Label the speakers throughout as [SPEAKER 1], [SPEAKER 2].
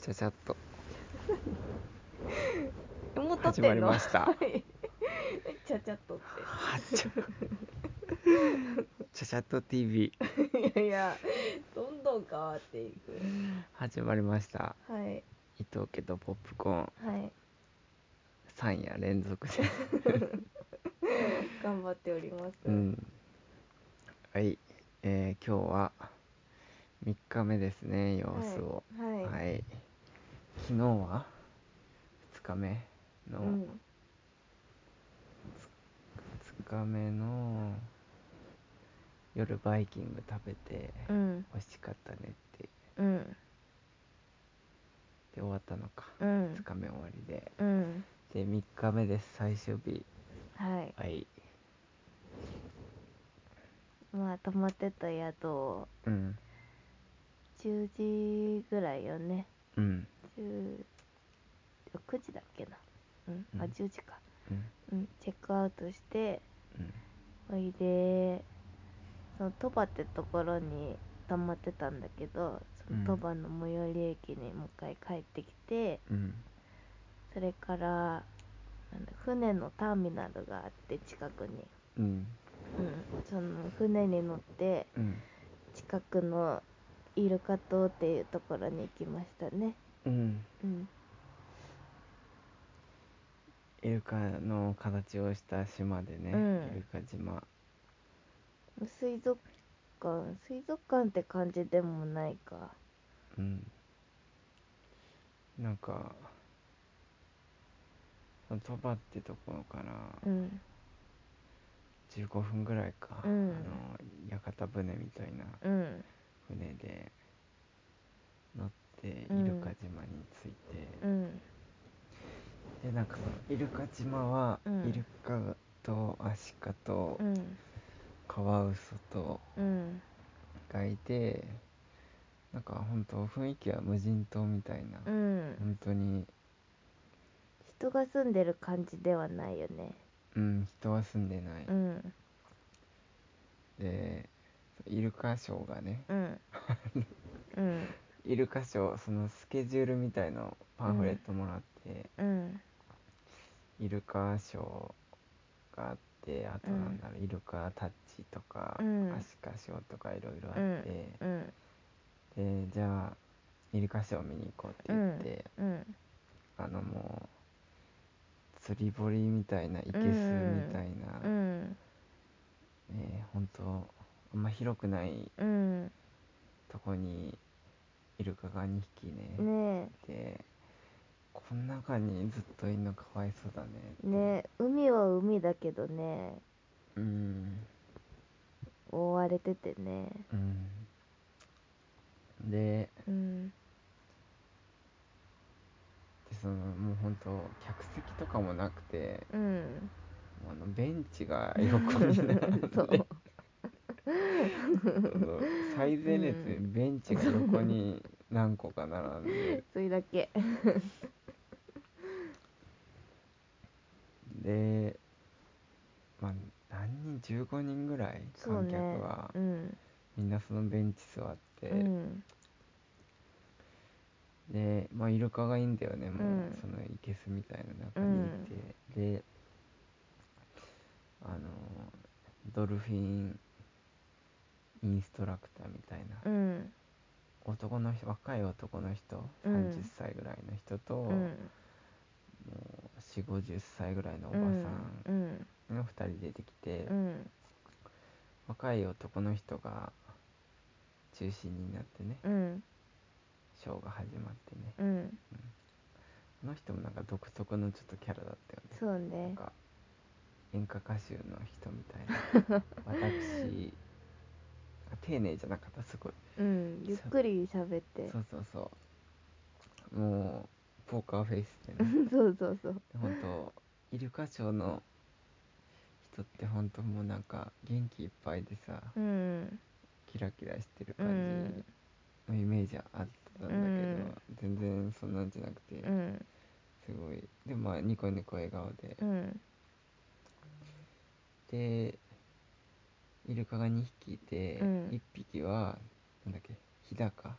[SPEAKER 1] ちゃちゃっと
[SPEAKER 2] もう撮っ
[SPEAKER 1] 始
[SPEAKER 2] て
[SPEAKER 1] ま
[SPEAKER 2] ん
[SPEAKER 1] り
[SPEAKER 2] の
[SPEAKER 1] ました
[SPEAKER 2] ちゃちゃっとっ
[SPEAKER 1] はっちゃちゃちゃっと TV
[SPEAKER 2] て いやいやどんどん変わっていく
[SPEAKER 1] 始まりました
[SPEAKER 2] はい
[SPEAKER 1] 伊藤家とポップコーン
[SPEAKER 2] はい
[SPEAKER 1] 三夜連続で
[SPEAKER 2] 頑張っております、
[SPEAKER 1] うんはいえー、今日は3日目ですね様子を
[SPEAKER 2] はい、
[SPEAKER 1] はい、昨日は2日目の、
[SPEAKER 2] うん
[SPEAKER 1] 2日目の夜バイキング食べて
[SPEAKER 2] うん
[SPEAKER 1] 美味しかったねって
[SPEAKER 2] うん
[SPEAKER 1] で終わったのか
[SPEAKER 2] う
[SPEAKER 1] 2
[SPEAKER 2] ん
[SPEAKER 1] 日目終わりで
[SPEAKER 2] うん
[SPEAKER 1] で3日目です最終日
[SPEAKER 2] はい
[SPEAKER 1] はい
[SPEAKER 2] まあ泊まってた宿を
[SPEAKER 1] うん
[SPEAKER 2] 10時ぐらいよね
[SPEAKER 1] うん
[SPEAKER 2] 10 9時だっけなうん、あ
[SPEAKER 1] うん
[SPEAKER 2] 10時か
[SPEAKER 1] うん
[SPEAKER 2] うんチェックアウトして
[SPEAKER 1] うん
[SPEAKER 2] おいでその鳥羽ってところに泊まってたんだけどそ
[SPEAKER 1] うん
[SPEAKER 2] の鳥羽の最寄り駅にもう一回帰ってきて、
[SPEAKER 1] うん
[SPEAKER 2] それからなんだ船のターミナルがあって近くに、
[SPEAKER 1] うん
[SPEAKER 2] うん、その船に乗って
[SPEAKER 1] うん
[SPEAKER 2] 近くのイルカ島っていうところに行きましたね、
[SPEAKER 1] うん
[SPEAKER 2] うん、
[SPEAKER 1] イルカの形をした島でね、
[SPEAKER 2] うん
[SPEAKER 1] イルカ島
[SPEAKER 2] 水族館水族館って感じでもないか
[SPEAKER 1] うんなんかその鳥羽ってところから
[SPEAKER 2] うん
[SPEAKER 1] 15分ぐらいか、
[SPEAKER 2] う
[SPEAKER 1] あ
[SPEAKER 2] ん
[SPEAKER 1] の屋形船みたいな
[SPEAKER 2] うん
[SPEAKER 1] 船で乗ってイ
[SPEAKER 2] うん
[SPEAKER 1] ルカ島に着いて、
[SPEAKER 2] うん
[SPEAKER 1] でなんかそのイルカ島は、
[SPEAKER 2] うん
[SPEAKER 1] イルカとアシカと
[SPEAKER 2] うん
[SPEAKER 1] カワウソと
[SPEAKER 2] うん
[SPEAKER 1] がいてなんか本当雰囲気は無人島みたいな、
[SPEAKER 2] うん
[SPEAKER 1] 本当に
[SPEAKER 2] 人が住んでる感じではないよね
[SPEAKER 1] うん人は住んでない、
[SPEAKER 2] うん
[SPEAKER 1] でイルカショーがね
[SPEAKER 2] うんうん
[SPEAKER 1] イルカショーそのスケジュールみたいのパンフレットもらって、
[SPEAKER 2] うん
[SPEAKER 1] イルカショーがあってあとなんだろう、イルカタッチとか、
[SPEAKER 2] うん
[SPEAKER 1] アシカショーとかいろいろあっ
[SPEAKER 2] うん
[SPEAKER 1] て、
[SPEAKER 2] うん
[SPEAKER 1] でじゃあイルカショー見に行こうって言って、
[SPEAKER 2] うん
[SPEAKER 1] あのもう釣り堀みたいな生けすみたいな、
[SPEAKER 2] うん
[SPEAKER 1] ね本当あんま広くない
[SPEAKER 2] うん
[SPEAKER 1] とこにイルカが2匹ね、
[SPEAKER 2] ね
[SPEAKER 1] でこの中にずっといるのかわいそうだねって
[SPEAKER 2] えねえ海は海だけどね
[SPEAKER 1] うん
[SPEAKER 2] 覆われててね
[SPEAKER 1] うんで
[SPEAKER 2] うん
[SPEAKER 1] でそのもう本当客席とかもなくて
[SPEAKER 2] うん
[SPEAKER 1] もうあのベンチが横に並んで
[SPEAKER 2] そう
[SPEAKER 1] その最前列にベンチが横に何個か並んで、
[SPEAKER 2] それだけ
[SPEAKER 1] でまあ何人15人ぐらい
[SPEAKER 2] そう
[SPEAKER 1] 観客
[SPEAKER 2] ね
[SPEAKER 1] は、
[SPEAKER 2] うん
[SPEAKER 1] みんなそのベンチ座って、
[SPEAKER 2] うん
[SPEAKER 1] でまあイルカがいいんだよねもう、
[SPEAKER 2] うん
[SPEAKER 1] そのいけすみたいな中にいて、であのドルフィンインストラクターみたいな、
[SPEAKER 2] うん
[SPEAKER 1] 男の人若い男の人、
[SPEAKER 2] うん
[SPEAKER 1] 30歳ぐらいの人と、
[SPEAKER 2] うん
[SPEAKER 1] もう4 5 0歳ぐらいのおばさ
[SPEAKER 2] うん
[SPEAKER 1] んが2人出てきて、
[SPEAKER 2] うん
[SPEAKER 1] 若い男の人が中心になってね
[SPEAKER 2] うん
[SPEAKER 1] ショーが始まってね
[SPEAKER 2] うん
[SPEAKER 1] この人もなんか独特のちょっとキャラだったよね
[SPEAKER 2] そう
[SPEAKER 1] なん
[SPEAKER 2] ね
[SPEAKER 1] か演歌歌手の人みたいな 私あ丁寧じゃなかったすごい
[SPEAKER 2] うんゆっくり喋って
[SPEAKER 1] そうそうそうもうポーカーフェイスで ね
[SPEAKER 2] そうそうそう
[SPEAKER 1] 本当イルカショーの人って本当もうなんか元気いっぱいでさ
[SPEAKER 2] うん
[SPEAKER 1] キラキラしてる
[SPEAKER 2] う
[SPEAKER 1] 感
[SPEAKER 2] ん
[SPEAKER 1] じのイメージあったんだけど、
[SPEAKER 2] うん
[SPEAKER 1] 全然そんなんじゃなくて、
[SPEAKER 2] うん
[SPEAKER 1] すごいでまあニコニコ笑顔で、
[SPEAKER 2] うん
[SPEAKER 1] でイルカが2匹いて、
[SPEAKER 2] うん
[SPEAKER 1] 1匹はなんだっけ日高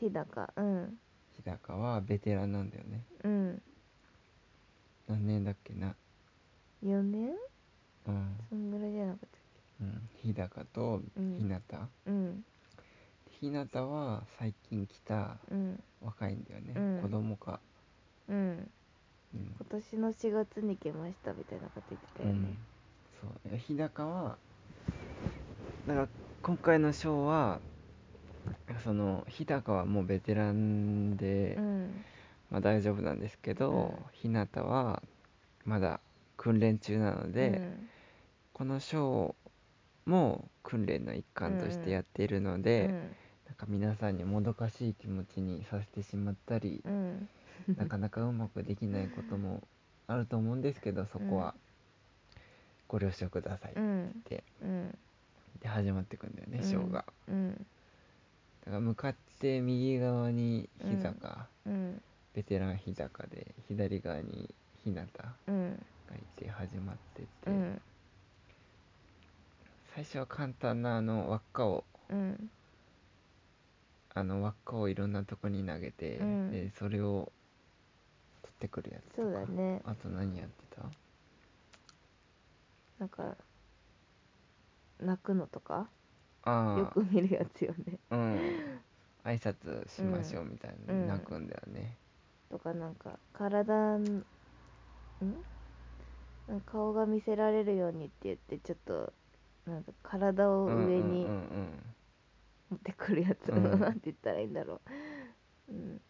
[SPEAKER 2] 日高うん
[SPEAKER 1] 日日高はベテランなんだよね
[SPEAKER 2] うん
[SPEAKER 1] 何年だっけな
[SPEAKER 2] 4年
[SPEAKER 1] うん、
[SPEAKER 2] そんぐらいじゃなかったっ
[SPEAKER 1] うん、日高と
[SPEAKER 2] うん
[SPEAKER 1] 日向、
[SPEAKER 2] けうん
[SPEAKER 1] 日向は最近来た
[SPEAKER 2] うん
[SPEAKER 1] 若いんだよね、
[SPEAKER 2] うん
[SPEAKER 1] 子供か、
[SPEAKER 2] うん
[SPEAKER 1] うん
[SPEAKER 2] 今年の4月に来ましたみたいなこと言ってたよ
[SPEAKER 1] うん
[SPEAKER 2] ね、
[SPEAKER 1] そう日高はだから今回のショーはその日高はもうベテランで、
[SPEAKER 2] うん
[SPEAKER 1] まあ、大丈夫なんですけど、日向はまだ訓練中なので、
[SPEAKER 2] うん
[SPEAKER 1] このショーも訓練の一環としてやっているので、なんか皆さんにもどかしい気持ちにさせてしまったり
[SPEAKER 2] う、ん
[SPEAKER 1] なかなかうまくできないこともあると思うんですけどそこはご了承くださいっ
[SPEAKER 2] うん
[SPEAKER 1] て、
[SPEAKER 2] うん
[SPEAKER 1] で始まってくんだよね
[SPEAKER 2] うん
[SPEAKER 1] ショーが。
[SPEAKER 2] うん
[SPEAKER 1] だから向かって右側に日高、
[SPEAKER 2] うん
[SPEAKER 1] ベテラン日高で左側に日向が
[SPEAKER 2] うん
[SPEAKER 1] いて始まってて、
[SPEAKER 2] うん
[SPEAKER 1] 最初は簡単なあの輪っかを
[SPEAKER 2] うん
[SPEAKER 1] あの輪っかをいろんなとこに投げて、
[SPEAKER 2] うん
[SPEAKER 1] でそれを取ってくるやつと
[SPEAKER 2] そ
[SPEAKER 1] か
[SPEAKER 2] うだね
[SPEAKER 1] あと何やってた
[SPEAKER 2] なんか泣くのとか
[SPEAKER 1] ああ
[SPEAKER 2] よく見るやつよね
[SPEAKER 1] うん挨拶しましょうみたいな、
[SPEAKER 2] うん
[SPEAKER 1] 泣くんだよね
[SPEAKER 2] とかなんか体んんなんか顔が見せられるようにって言ってちょっとなんか体を上に
[SPEAKER 1] うんうん
[SPEAKER 2] 持ってくるやつ、
[SPEAKER 1] うん
[SPEAKER 2] なんて言ったらいいんだろううん、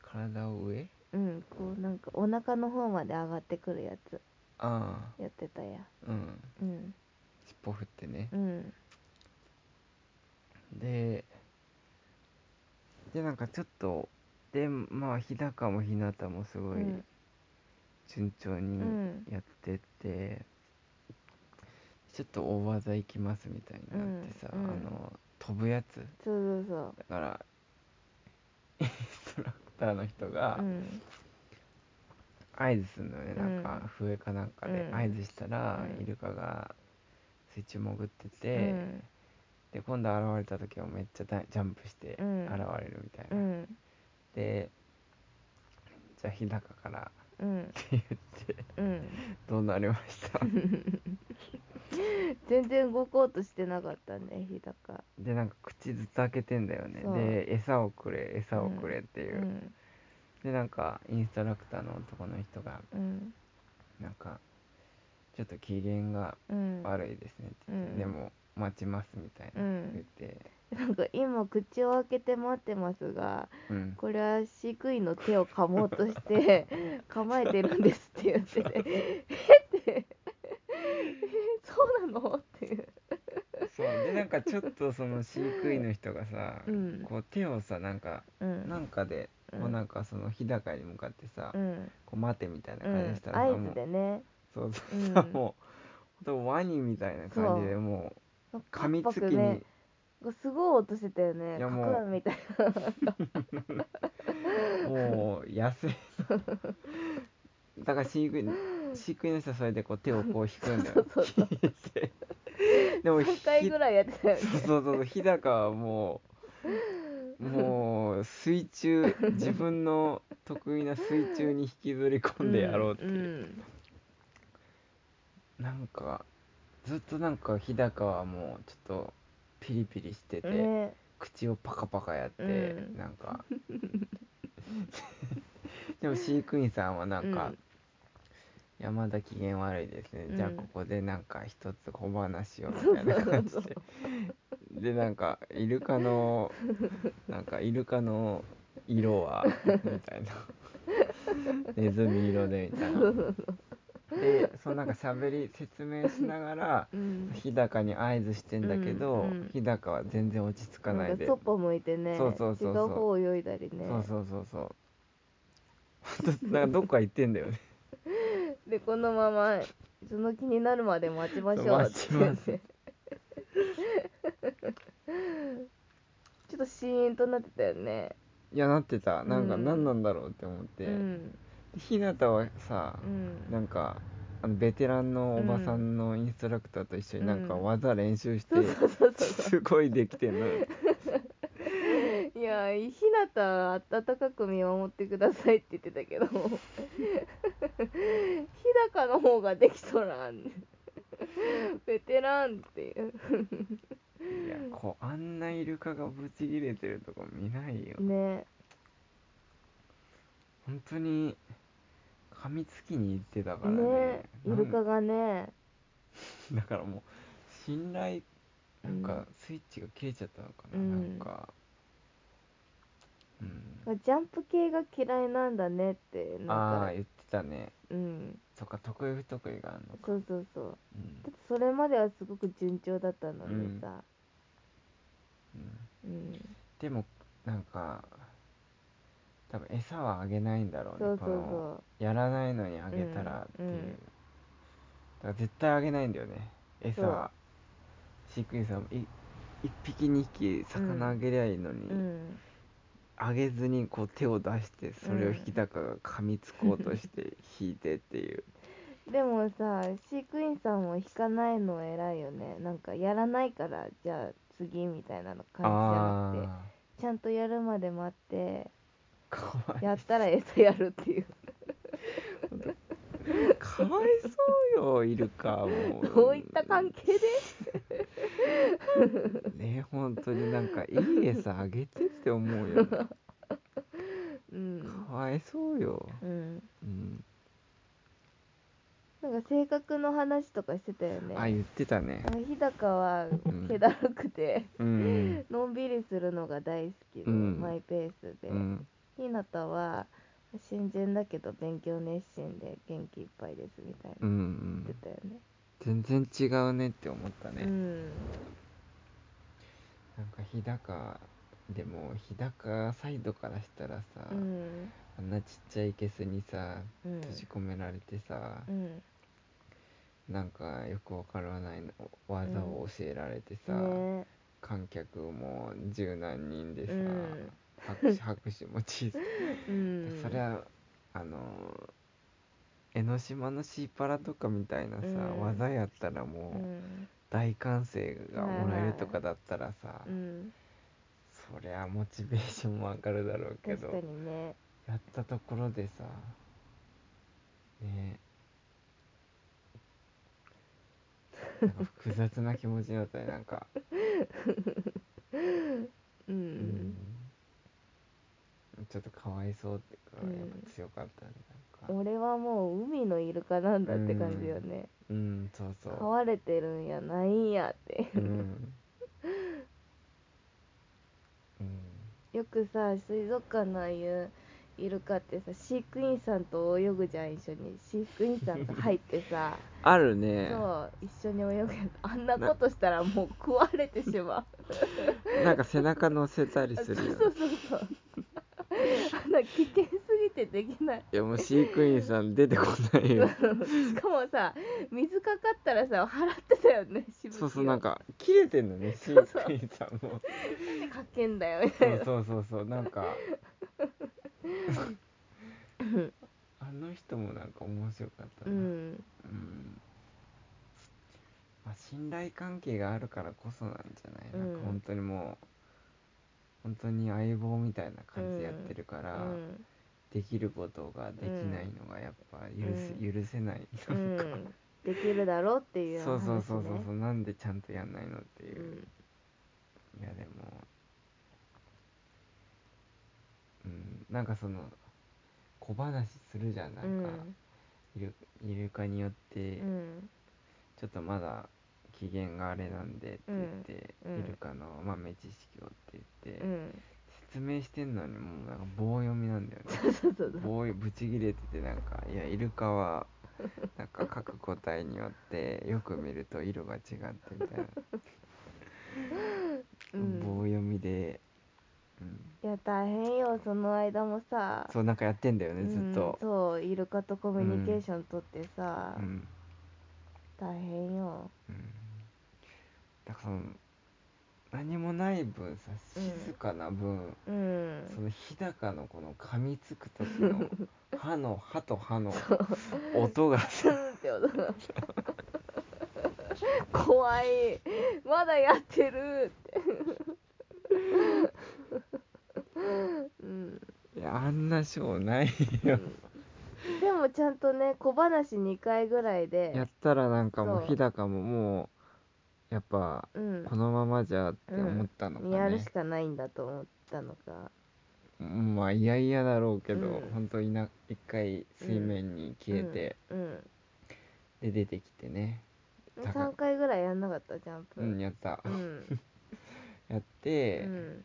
[SPEAKER 1] 体を上
[SPEAKER 2] うん、こうなんかお腹の方まで上がってくるやつ
[SPEAKER 1] あ
[SPEAKER 2] やってたや
[SPEAKER 1] あうん
[SPEAKER 2] うん
[SPEAKER 1] 尻尾振ってね
[SPEAKER 2] うん
[SPEAKER 1] ででなんかちょっとでまあ日高も日向もすごい
[SPEAKER 2] うん
[SPEAKER 1] 順調
[SPEAKER 2] う
[SPEAKER 1] に
[SPEAKER 2] ん
[SPEAKER 1] やってって、ちょっと大技いきますみたいになってさ、
[SPEAKER 2] うんうん
[SPEAKER 1] あの飛ぶやつ
[SPEAKER 2] そうそう
[SPEAKER 1] だから インストラクターの人が、
[SPEAKER 2] そううん
[SPEAKER 1] 合図するのね
[SPEAKER 2] う
[SPEAKER 1] なんんか笛かなんかで
[SPEAKER 2] うん
[SPEAKER 1] 合図したら、
[SPEAKER 2] うん
[SPEAKER 1] イルカが水中潜って
[SPEAKER 2] う
[SPEAKER 1] て、
[SPEAKER 2] ん
[SPEAKER 1] で今度現れた時はめっちゃダジャンプして
[SPEAKER 2] う
[SPEAKER 1] 現
[SPEAKER 2] ん
[SPEAKER 1] れるみたいな、
[SPEAKER 2] うん
[SPEAKER 1] でじゃあ日高から
[SPEAKER 2] うん
[SPEAKER 1] って言って
[SPEAKER 2] うん
[SPEAKER 1] どうなりました
[SPEAKER 2] 全然動こうとしてなかったね日高
[SPEAKER 1] でなんか口ずっと開けてんだよね
[SPEAKER 2] そう
[SPEAKER 1] で餌をくれ餌をくれって
[SPEAKER 2] う
[SPEAKER 1] いう、
[SPEAKER 2] ん
[SPEAKER 1] でなんかインストラクターの男の人が
[SPEAKER 2] うん
[SPEAKER 1] なんかちょっと機嫌が
[SPEAKER 2] うん
[SPEAKER 1] 悪いですねって言って、
[SPEAKER 2] うん
[SPEAKER 1] でも待ちますみたいな
[SPEAKER 2] うん
[SPEAKER 1] 言って、
[SPEAKER 2] なんか今口を開けて待ってますが
[SPEAKER 1] うん、
[SPEAKER 2] これは飼育員の手を噛もうとして 構えてるんですって言っててえってえそうなのっていう
[SPEAKER 1] そうでなんかちょっとその飼育員の人がさ、
[SPEAKER 2] うん
[SPEAKER 1] こう手をさなんか
[SPEAKER 2] うん
[SPEAKER 1] なんかで、
[SPEAKER 2] うん
[SPEAKER 1] こうなんかその日高に向かってさ、
[SPEAKER 2] うん
[SPEAKER 1] こう待てみたいな
[SPEAKER 2] う
[SPEAKER 1] 感じ
[SPEAKER 2] ん
[SPEAKER 1] したらさ、
[SPEAKER 2] 合
[SPEAKER 1] も
[SPEAKER 2] 図
[SPEAKER 1] う
[SPEAKER 2] でね
[SPEAKER 1] そうそうさ、
[SPEAKER 2] う
[SPEAKER 1] もう
[SPEAKER 2] ん
[SPEAKER 1] ほんとワニみたいな感じで
[SPEAKER 2] そ
[SPEAKER 1] もう噛
[SPEAKER 2] カ
[SPEAKER 1] み
[SPEAKER 2] ッパ
[SPEAKER 1] つき
[SPEAKER 2] ク
[SPEAKER 1] に、
[SPEAKER 2] ねすごい音してたよね
[SPEAKER 1] い
[SPEAKER 2] カ
[SPEAKER 1] や
[SPEAKER 2] ク
[SPEAKER 1] もう
[SPEAKER 2] ンみたい
[SPEAKER 1] もう野生の だから飼育員飼育員の人はそれでこう手をこう引くんだよ
[SPEAKER 2] そうそう
[SPEAKER 1] 引いて でも
[SPEAKER 2] な
[SPEAKER 1] ひ
[SPEAKER 2] 3回ぐらいやってたよね
[SPEAKER 1] そうそうそう日高はもうもう水中自分の得意な水中に引きずり込んでやろうって、
[SPEAKER 2] うん
[SPEAKER 1] なんかずっとなんか日高はもうちょっとピリピリしてて、
[SPEAKER 2] うんね
[SPEAKER 1] 口をパカパカやって、
[SPEAKER 2] うん
[SPEAKER 1] なんか でも飼育員さんはなんか、
[SPEAKER 2] うん
[SPEAKER 1] いやまだ機嫌悪いですね、じゃあ
[SPEAKER 2] うん
[SPEAKER 1] ここでなんか一つ小話をみたいな感じででなんかイルカのなんかイルカの色はみた いなネズミ色でみたいなでそのなんか喋り説明しながら
[SPEAKER 2] うん
[SPEAKER 1] 日高に合図してんだけど、
[SPEAKER 2] うんうん
[SPEAKER 1] 日高は全然落ち着かないで
[SPEAKER 2] そっぽ向いてね
[SPEAKER 1] そうそうそう
[SPEAKER 2] 違
[SPEAKER 1] そう
[SPEAKER 2] う方泳いだりね
[SPEAKER 1] そうそうそうそうほんとなんかどっか行ってんだよね
[SPEAKER 2] でこのままその気になるまで待ちましょう
[SPEAKER 1] 待ちます
[SPEAKER 2] って ちょっとシーンとなってたよね
[SPEAKER 1] いやなってたなんか
[SPEAKER 2] うん
[SPEAKER 1] 何なんだろうって思って、
[SPEAKER 2] うん
[SPEAKER 1] で日向はさ、
[SPEAKER 2] うん
[SPEAKER 1] なんかあのベテランのおばさんのインストラクターと一緒になんか技練習して、
[SPEAKER 2] そうそうそうそ
[SPEAKER 1] すごいできてるの
[SPEAKER 2] ういやあひなた温かく見守ってくださいって言ってたけど日高の方ができとらんベテランっていう
[SPEAKER 1] いやこうあんなイルカがブチ切れてるとこ見ないよ
[SPEAKER 2] ね
[SPEAKER 1] 本当に噛みつきに行ってたからね
[SPEAKER 2] ねイ
[SPEAKER 1] なん
[SPEAKER 2] ルカがね
[SPEAKER 1] だからもう信頼なん
[SPEAKER 2] う
[SPEAKER 1] か
[SPEAKER 2] ん
[SPEAKER 1] スイッチが切れちゃったのかな、
[SPEAKER 2] うん
[SPEAKER 1] なんかうん
[SPEAKER 2] ジャンプ系が嫌いなんだねって
[SPEAKER 1] あ
[SPEAKER 2] な
[SPEAKER 1] あ
[SPEAKER 2] んか
[SPEAKER 1] 言ってたね
[SPEAKER 2] うん
[SPEAKER 1] そっか得意不得意があるのか
[SPEAKER 2] そうそうそう
[SPEAKER 1] うん
[SPEAKER 2] だってそれまではすごく順調だったのにさ、
[SPEAKER 1] うん
[SPEAKER 2] うん
[SPEAKER 1] でもなんか多分餌はあげないんだろうね
[SPEAKER 2] そうそう
[SPEAKER 1] この
[SPEAKER 2] そ
[SPEAKER 1] やらないのにあげたらっていう、
[SPEAKER 2] うんうん
[SPEAKER 1] だから絶対あげないんだよね餌は飼育員さんもい1匹2匹魚あげりゃいいのに、
[SPEAKER 2] ううん
[SPEAKER 1] あげずにこう手を出してそれを引きたかが噛みつこうとして引いてっていう、
[SPEAKER 2] でもさ飼育員さんも引かないの偉いよねなんかやらないからじゃあ次みたいなの感じじゃなく
[SPEAKER 1] あ
[SPEAKER 2] てちゃんとやるまで待って
[SPEAKER 1] あかわい
[SPEAKER 2] やったら餌やるって いう
[SPEAKER 1] かわいそうよイルカも
[SPEAKER 2] どういった関係で
[SPEAKER 1] ね本当になんかいい餌あげてって思うよねか
[SPEAKER 2] うん、
[SPEAKER 1] わいそうよ、
[SPEAKER 2] うん、
[SPEAKER 1] うん、
[SPEAKER 2] なんか性格の話とかしてたよね
[SPEAKER 1] あ言ってたね
[SPEAKER 2] なんか日高は
[SPEAKER 1] ん
[SPEAKER 2] 気だるくて、
[SPEAKER 1] うん
[SPEAKER 2] のんびりするのが大好きで、
[SPEAKER 1] うん
[SPEAKER 2] マイペースで、
[SPEAKER 1] うん
[SPEAKER 2] ひなたは新人だけど勉強熱心で元気いっぱいですみたいな
[SPEAKER 1] うんう
[SPEAKER 2] 言って
[SPEAKER 1] ん
[SPEAKER 2] たよね
[SPEAKER 1] 全然違うねって思ったね、
[SPEAKER 2] うん
[SPEAKER 1] なんか日高でも日高サイドからしたらさ、
[SPEAKER 2] うん
[SPEAKER 1] あんなちっちゃいケスにさ
[SPEAKER 2] うん
[SPEAKER 1] 閉じ込められてさ、
[SPEAKER 2] うん
[SPEAKER 1] なんかよくわからないの技を教えられてさ、
[SPEAKER 2] ね
[SPEAKER 1] 観客も十何人でさ、
[SPEAKER 2] うん
[SPEAKER 1] 拍手拍手も小さい、
[SPEAKER 2] うん
[SPEAKER 1] そりゃあの江ノ島のシーパラとかみたいなさ、
[SPEAKER 2] うん
[SPEAKER 1] 技やったら
[SPEAKER 2] う
[SPEAKER 1] もうん大歓声がもらえるとかだったらさ、
[SPEAKER 2] うん
[SPEAKER 1] そりゃモチベーションも上がるだろうけ
[SPEAKER 2] 確
[SPEAKER 1] ど
[SPEAKER 2] かにね
[SPEAKER 1] やったところでさねえなんか複雑な気持ちになったねなん か、
[SPEAKER 2] う
[SPEAKER 1] うんちょっとかわいそうっていうか、
[SPEAKER 2] うん
[SPEAKER 1] やっぱ強かったねなんか
[SPEAKER 2] 俺はもう海のイルカなんだって感じよね
[SPEAKER 1] うんそうそ
[SPEAKER 2] 飼
[SPEAKER 1] う
[SPEAKER 2] われてるんやないんやって
[SPEAKER 1] うん うん
[SPEAKER 2] よくさ水族館のああいうイルカってさ飼育員さんと泳ぐじゃん一緒に飼育員さんが入ってさ
[SPEAKER 1] あるね
[SPEAKER 2] そう一緒に泳ぐやつあんなことしたらもう食われてしまう
[SPEAKER 1] なんか背中乗せたり
[SPEAKER 2] そう
[SPEAKER 1] す
[SPEAKER 2] そう
[SPEAKER 1] るよ
[SPEAKER 2] そうそうあんな危険すぎてできない
[SPEAKER 1] いやもう飼育員さん出てこないよ
[SPEAKER 2] しかもさ水かかったらさ払ってたよねしぶきを
[SPEAKER 1] そうそうなんか切れてんのね飼育員さん も
[SPEAKER 2] なんでかけんだよみた
[SPEAKER 1] そ
[SPEAKER 2] いうな
[SPEAKER 1] そうそうそうなん かあの人もなんか面白かった
[SPEAKER 2] う
[SPEAKER 1] な、
[SPEAKER 2] ん
[SPEAKER 1] うんまあ、信頼関係があるからこそなんじゃない、なん
[SPEAKER 2] うん
[SPEAKER 1] か本当にもう本当に相棒みたいな感じでやってるから、
[SPEAKER 2] うん
[SPEAKER 1] できることができないのがやっぱ許せ,、許せない、
[SPEAKER 2] うんできるだろうっていう話、ね、
[SPEAKER 1] そうそうそうそうそうなんでちゃんとやんないのっていうう、
[SPEAKER 2] ん
[SPEAKER 1] いやでもうんなんかその小話するじゃんなんか、イルイルカによっ
[SPEAKER 2] う
[SPEAKER 1] て
[SPEAKER 2] ん
[SPEAKER 1] ちょっとまだ機嫌があれなんでって言って、
[SPEAKER 2] うんうん
[SPEAKER 1] イルカの豆知識をって言って、
[SPEAKER 2] うん
[SPEAKER 1] 説明してんのにもうなんか棒読みなんだよね
[SPEAKER 2] そうそうそう
[SPEAKER 1] 棒ぶち切れててなんかいやイルカはなんか各個体によってよく見ると色が違ってみたいな、
[SPEAKER 2] うん
[SPEAKER 1] 棒読みで、うん、
[SPEAKER 2] いや大変よその間もさ
[SPEAKER 1] そうなんかやってんだよねずっ
[SPEAKER 2] うん
[SPEAKER 1] と、
[SPEAKER 2] そうイルカとコミュニケーション取ってさ、
[SPEAKER 1] うん
[SPEAKER 2] 大変よ
[SPEAKER 1] うんだからその何もない分さ静かな分、
[SPEAKER 2] うん
[SPEAKER 1] その日高のこの噛みつく時 の歯の歯と歯の音が
[SPEAKER 2] スンって音が怖いまだやってるってうん
[SPEAKER 1] いやあんなショーないよ
[SPEAKER 2] うんでもちゃんとね小話2回ぐらい
[SPEAKER 1] や
[SPEAKER 2] で
[SPEAKER 1] ったらなんかも
[SPEAKER 2] そう
[SPEAKER 1] う日高ももうやっぱ
[SPEAKER 2] うん
[SPEAKER 1] このままじゃって思ったのか
[SPEAKER 2] 見やる
[SPEAKER 1] ね
[SPEAKER 2] し、かないんだと思ったのか
[SPEAKER 1] うんまあいやいやだろうけど、
[SPEAKER 2] うん
[SPEAKER 1] 本当にな一回水面に消えて、
[SPEAKER 2] うん
[SPEAKER 1] で出てきてねだから
[SPEAKER 2] 3回ぐらいやんなかったジャンプ
[SPEAKER 1] うんやった、
[SPEAKER 2] うん
[SPEAKER 1] やっ
[SPEAKER 2] う
[SPEAKER 1] て、
[SPEAKER 2] ん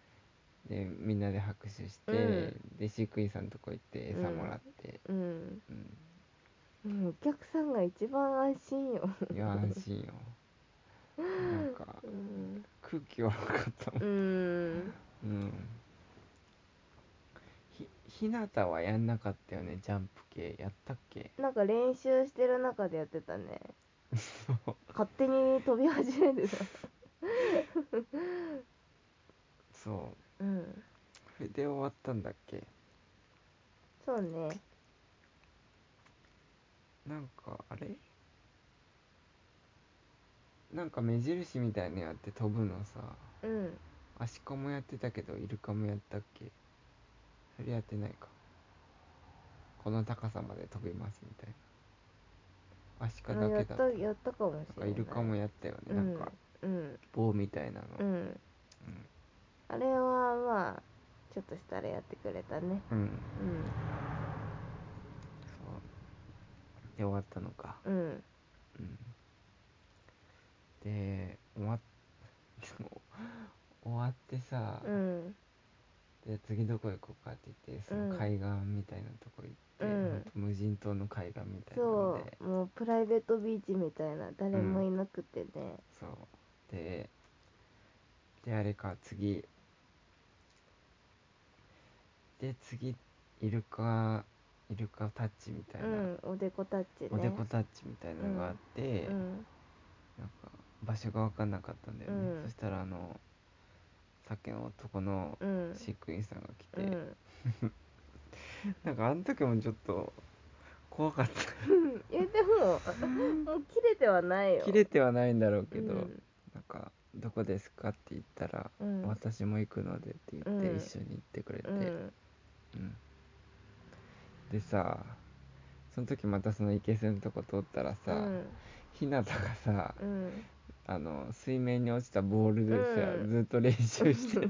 [SPEAKER 1] でみんなで拍手して、
[SPEAKER 2] う
[SPEAKER 1] で飼育員さんのとこ行って餌もらって、
[SPEAKER 2] うん
[SPEAKER 1] うん
[SPEAKER 2] うんお客さんが一番安心よ
[SPEAKER 1] いや安心よなんか
[SPEAKER 2] うん
[SPEAKER 1] 空気悪かったもん
[SPEAKER 2] うん
[SPEAKER 1] うんひひなたはやんなかったよねジャンプ系やったっけ
[SPEAKER 2] なんか練習してる中でやって たね勝手に飛び始めてた
[SPEAKER 1] そう
[SPEAKER 2] うん
[SPEAKER 1] それで終わったんだっけ
[SPEAKER 2] そうね
[SPEAKER 1] なんかあれなんか目印みたいなのやって飛ぶのさ
[SPEAKER 2] うん
[SPEAKER 1] アシカもやってたけどイルカもやったっけそれやってないかこの高さまで飛びますみたいなアシカ
[SPEAKER 2] あ
[SPEAKER 1] だ
[SPEAKER 2] や
[SPEAKER 1] け
[SPEAKER 2] っ
[SPEAKER 1] だ
[SPEAKER 2] た
[SPEAKER 1] と
[SPEAKER 2] やったかもし
[SPEAKER 1] なん
[SPEAKER 2] れ
[SPEAKER 1] か
[SPEAKER 2] ない
[SPEAKER 1] イルカもやったよね、
[SPEAKER 2] うん
[SPEAKER 1] なんか
[SPEAKER 2] うん
[SPEAKER 1] 棒みたいなの、
[SPEAKER 2] うんあれはまあちょっとしたらやってくれたね
[SPEAKER 1] うん、うん、
[SPEAKER 2] う
[SPEAKER 1] そうで終わったのか
[SPEAKER 2] んうん
[SPEAKER 1] うんで終わっ でも終わってさ、
[SPEAKER 2] うん
[SPEAKER 1] で次どこ行こうかって言ってその
[SPEAKER 2] うん
[SPEAKER 1] 海岸みたいなとこ行って、
[SPEAKER 2] うん
[SPEAKER 1] ほんと無人島の海岸みたいなの
[SPEAKER 2] そ
[SPEAKER 1] で
[SPEAKER 2] うもうプライベートビーチみたいな誰もいなくてね、
[SPEAKER 1] そうでであれか次で次イルカイルカタッチみたいうな、
[SPEAKER 2] ん、おでこタッチね
[SPEAKER 1] おでこタッチみたいなのがあって、
[SPEAKER 2] うん
[SPEAKER 1] なんか場所が分かんなかったんだよね、
[SPEAKER 2] うん
[SPEAKER 1] そしたらあのさっきの男の
[SPEAKER 2] うん
[SPEAKER 1] 飼育員さんが来
[SPEAKER 2] う
[SPEAKER 1] て、
[SPEAKER 2] ん、
[SPEAKER 1] なんかあの時もちょっと怖かった
[SPEAKER 2] え でももう切れてはないよ
[SPEAKER 1] 切れてはないんだろうけど、
[SPEAKER 2] うん
[SPEAKER 1] なんか「どこですか?」って言ったら「
[SPEAKER 2] うん
[SPEAKER 1] 私も行くので」って言って、
[SPEAKER 2] うん
[SPEAKER 1] 一緒に行ってくれて、
[SPEAKER 2] う
[SPEAKER 1] うん
[SPEAKER 2] ん
[SPEAKER 1] でさその時またその生けのとこ通ったら
[SPEAKER 2] う
[SPEAKER 1] さ、
[SPEAKER 2] ん
[SPEAKER 1] ひなたがさ
[SPEAKER 2] うん
[SPEAKER 1] あの水面に落ちたボールでさ、
[SPEAKER 2] うん
[SPEAKER 1] ずっと練習して
[SPEAKER 2] なん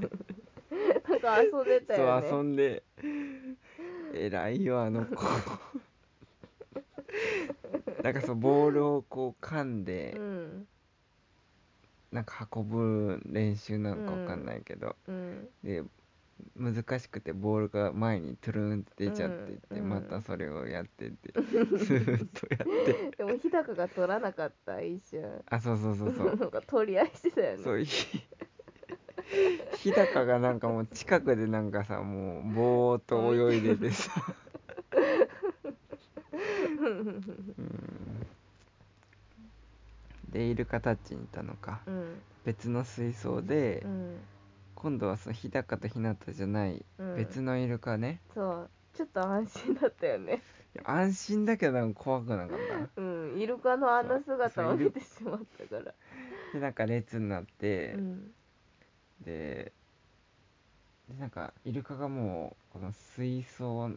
[SPEAKER 2] か遊んでたよね
[SPEAKER 1] そう遊んで偉いよあ の子なんかそうボールをこう噛んで、
[SPEAKER 2] うん
[SPEAKER 1] なんか運ぶ練習なのかわかんないけど、
[SPEAKER 2] うん
[SPEAKER 1] で難しくてボールが前にトゥルンって出ちゃってって、
[SPEAKER 2] うん
[SPEAKER 1] またそれをやって てずーっとやって
[SPEAKER 2] でも日高が取らなかった一瞬
[SPEAKER 1] あそうそう そうそ
[SPEAKER 2] な
[SPEAKER 1] うん
[SPEAKER 2] か取り合いしてたよね
[SPEAKER 1] そうひ日高がなんかもう近くでなんかさもうぼーっと泳いでてさうんでイルカタッチにいたのか、
[SPEAKER 2] うん
[SPEAKER 1] 別の水槽で、
[SPEAKER 2] うん
[SPEAKER 1] 今度はその日高と日向じゃない
[SPEAKER 2] うん
[SPEAKER 1] 別のイルカね、
[SPEAKER 2] そうちょっと安心だったよね
[SPEAKER 1] いや安心だけどなんか怖くなかっ
[SPEAKER 2] うんイルカのあの姿を見てしまったから
[SPEAKER 1] たでなんか列になって、
[SPEAKER 2] うん
[SPEAKER 1] ででなんかイルカがもうこの水槽の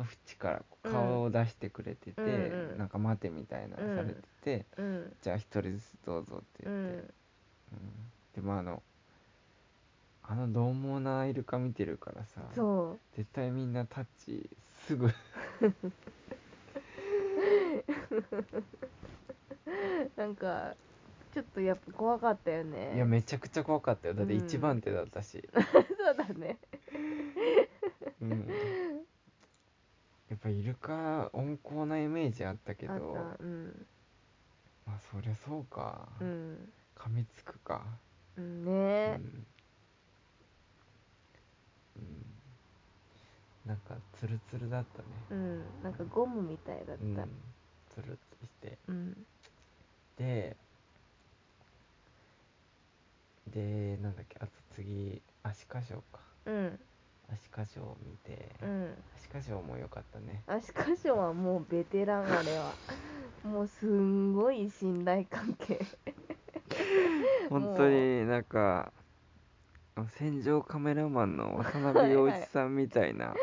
[SPEAKER 1] 縁からこう
[SPEAKER 2] うん
[SPEAKER 1] 顔を出してくれてて、
[SPEAKER 2] うんうん
[SPEAKER 1] なんか待てみたいなのされてて、
[SPEAKER 2] うん
[SPEAKER 1] じゃあ一人ずつどうぞって
[SPEAKER 2] う
[SPEAKER 1] 言って、
[SPEAKER 2] ん
[SPEAKER 1] うんでもあのあの獰猛なイルカ見てるからさ
[SPEAKER 2] そう
[SPEAKER 1] 絶対みんなタッチすぐ
[SPEAKER 2] なんかちょっとやっぱ怖かったよね
[SPEAKER 1] いやめちゃくちゃ怖かったよだって
[SPEAKER 2] うん
[SPEAKER 1] 一番手だった し、
[SPEAKER 2] そうだね
[SPEAKER 1] うん、やっぱイルカ温厚なイメージあったけど
[SPEAKER 2] あったうん
[SPEAKER 1] まあそりゃそうか、
[SPEAKER 2] うん
[SPEAKER 1] 噛みつくか、
[SPEAKER 2] うん
[SPEAKER 1] うん
[SPEAKER 2] ね
[SPEAKER 1] うんなんかツルツルだったね
[SPEAKER 2] うんなんかゴムみたいだっ
[SPEAKER 1] うん
[SPEAKER 2] た
[SPEAKER 1] ツルツルして
[SPEAKER 2] うん
[SPEAKER 1] ででなんだっけあと次アシカショーか
[SPEAKER 2] うん
[SPEAKER 1] アシカショーを見て、
[SPEAKER 2] うん
[SPEAKER 1] アシカショーも良かったね
[SPEAKER 2] アシカショはもうベテランあれはもうすんごい信頼関係
[SPEAKER 1] 本当になんか あの戦場カメラマンの渡辺陽一さんみたいな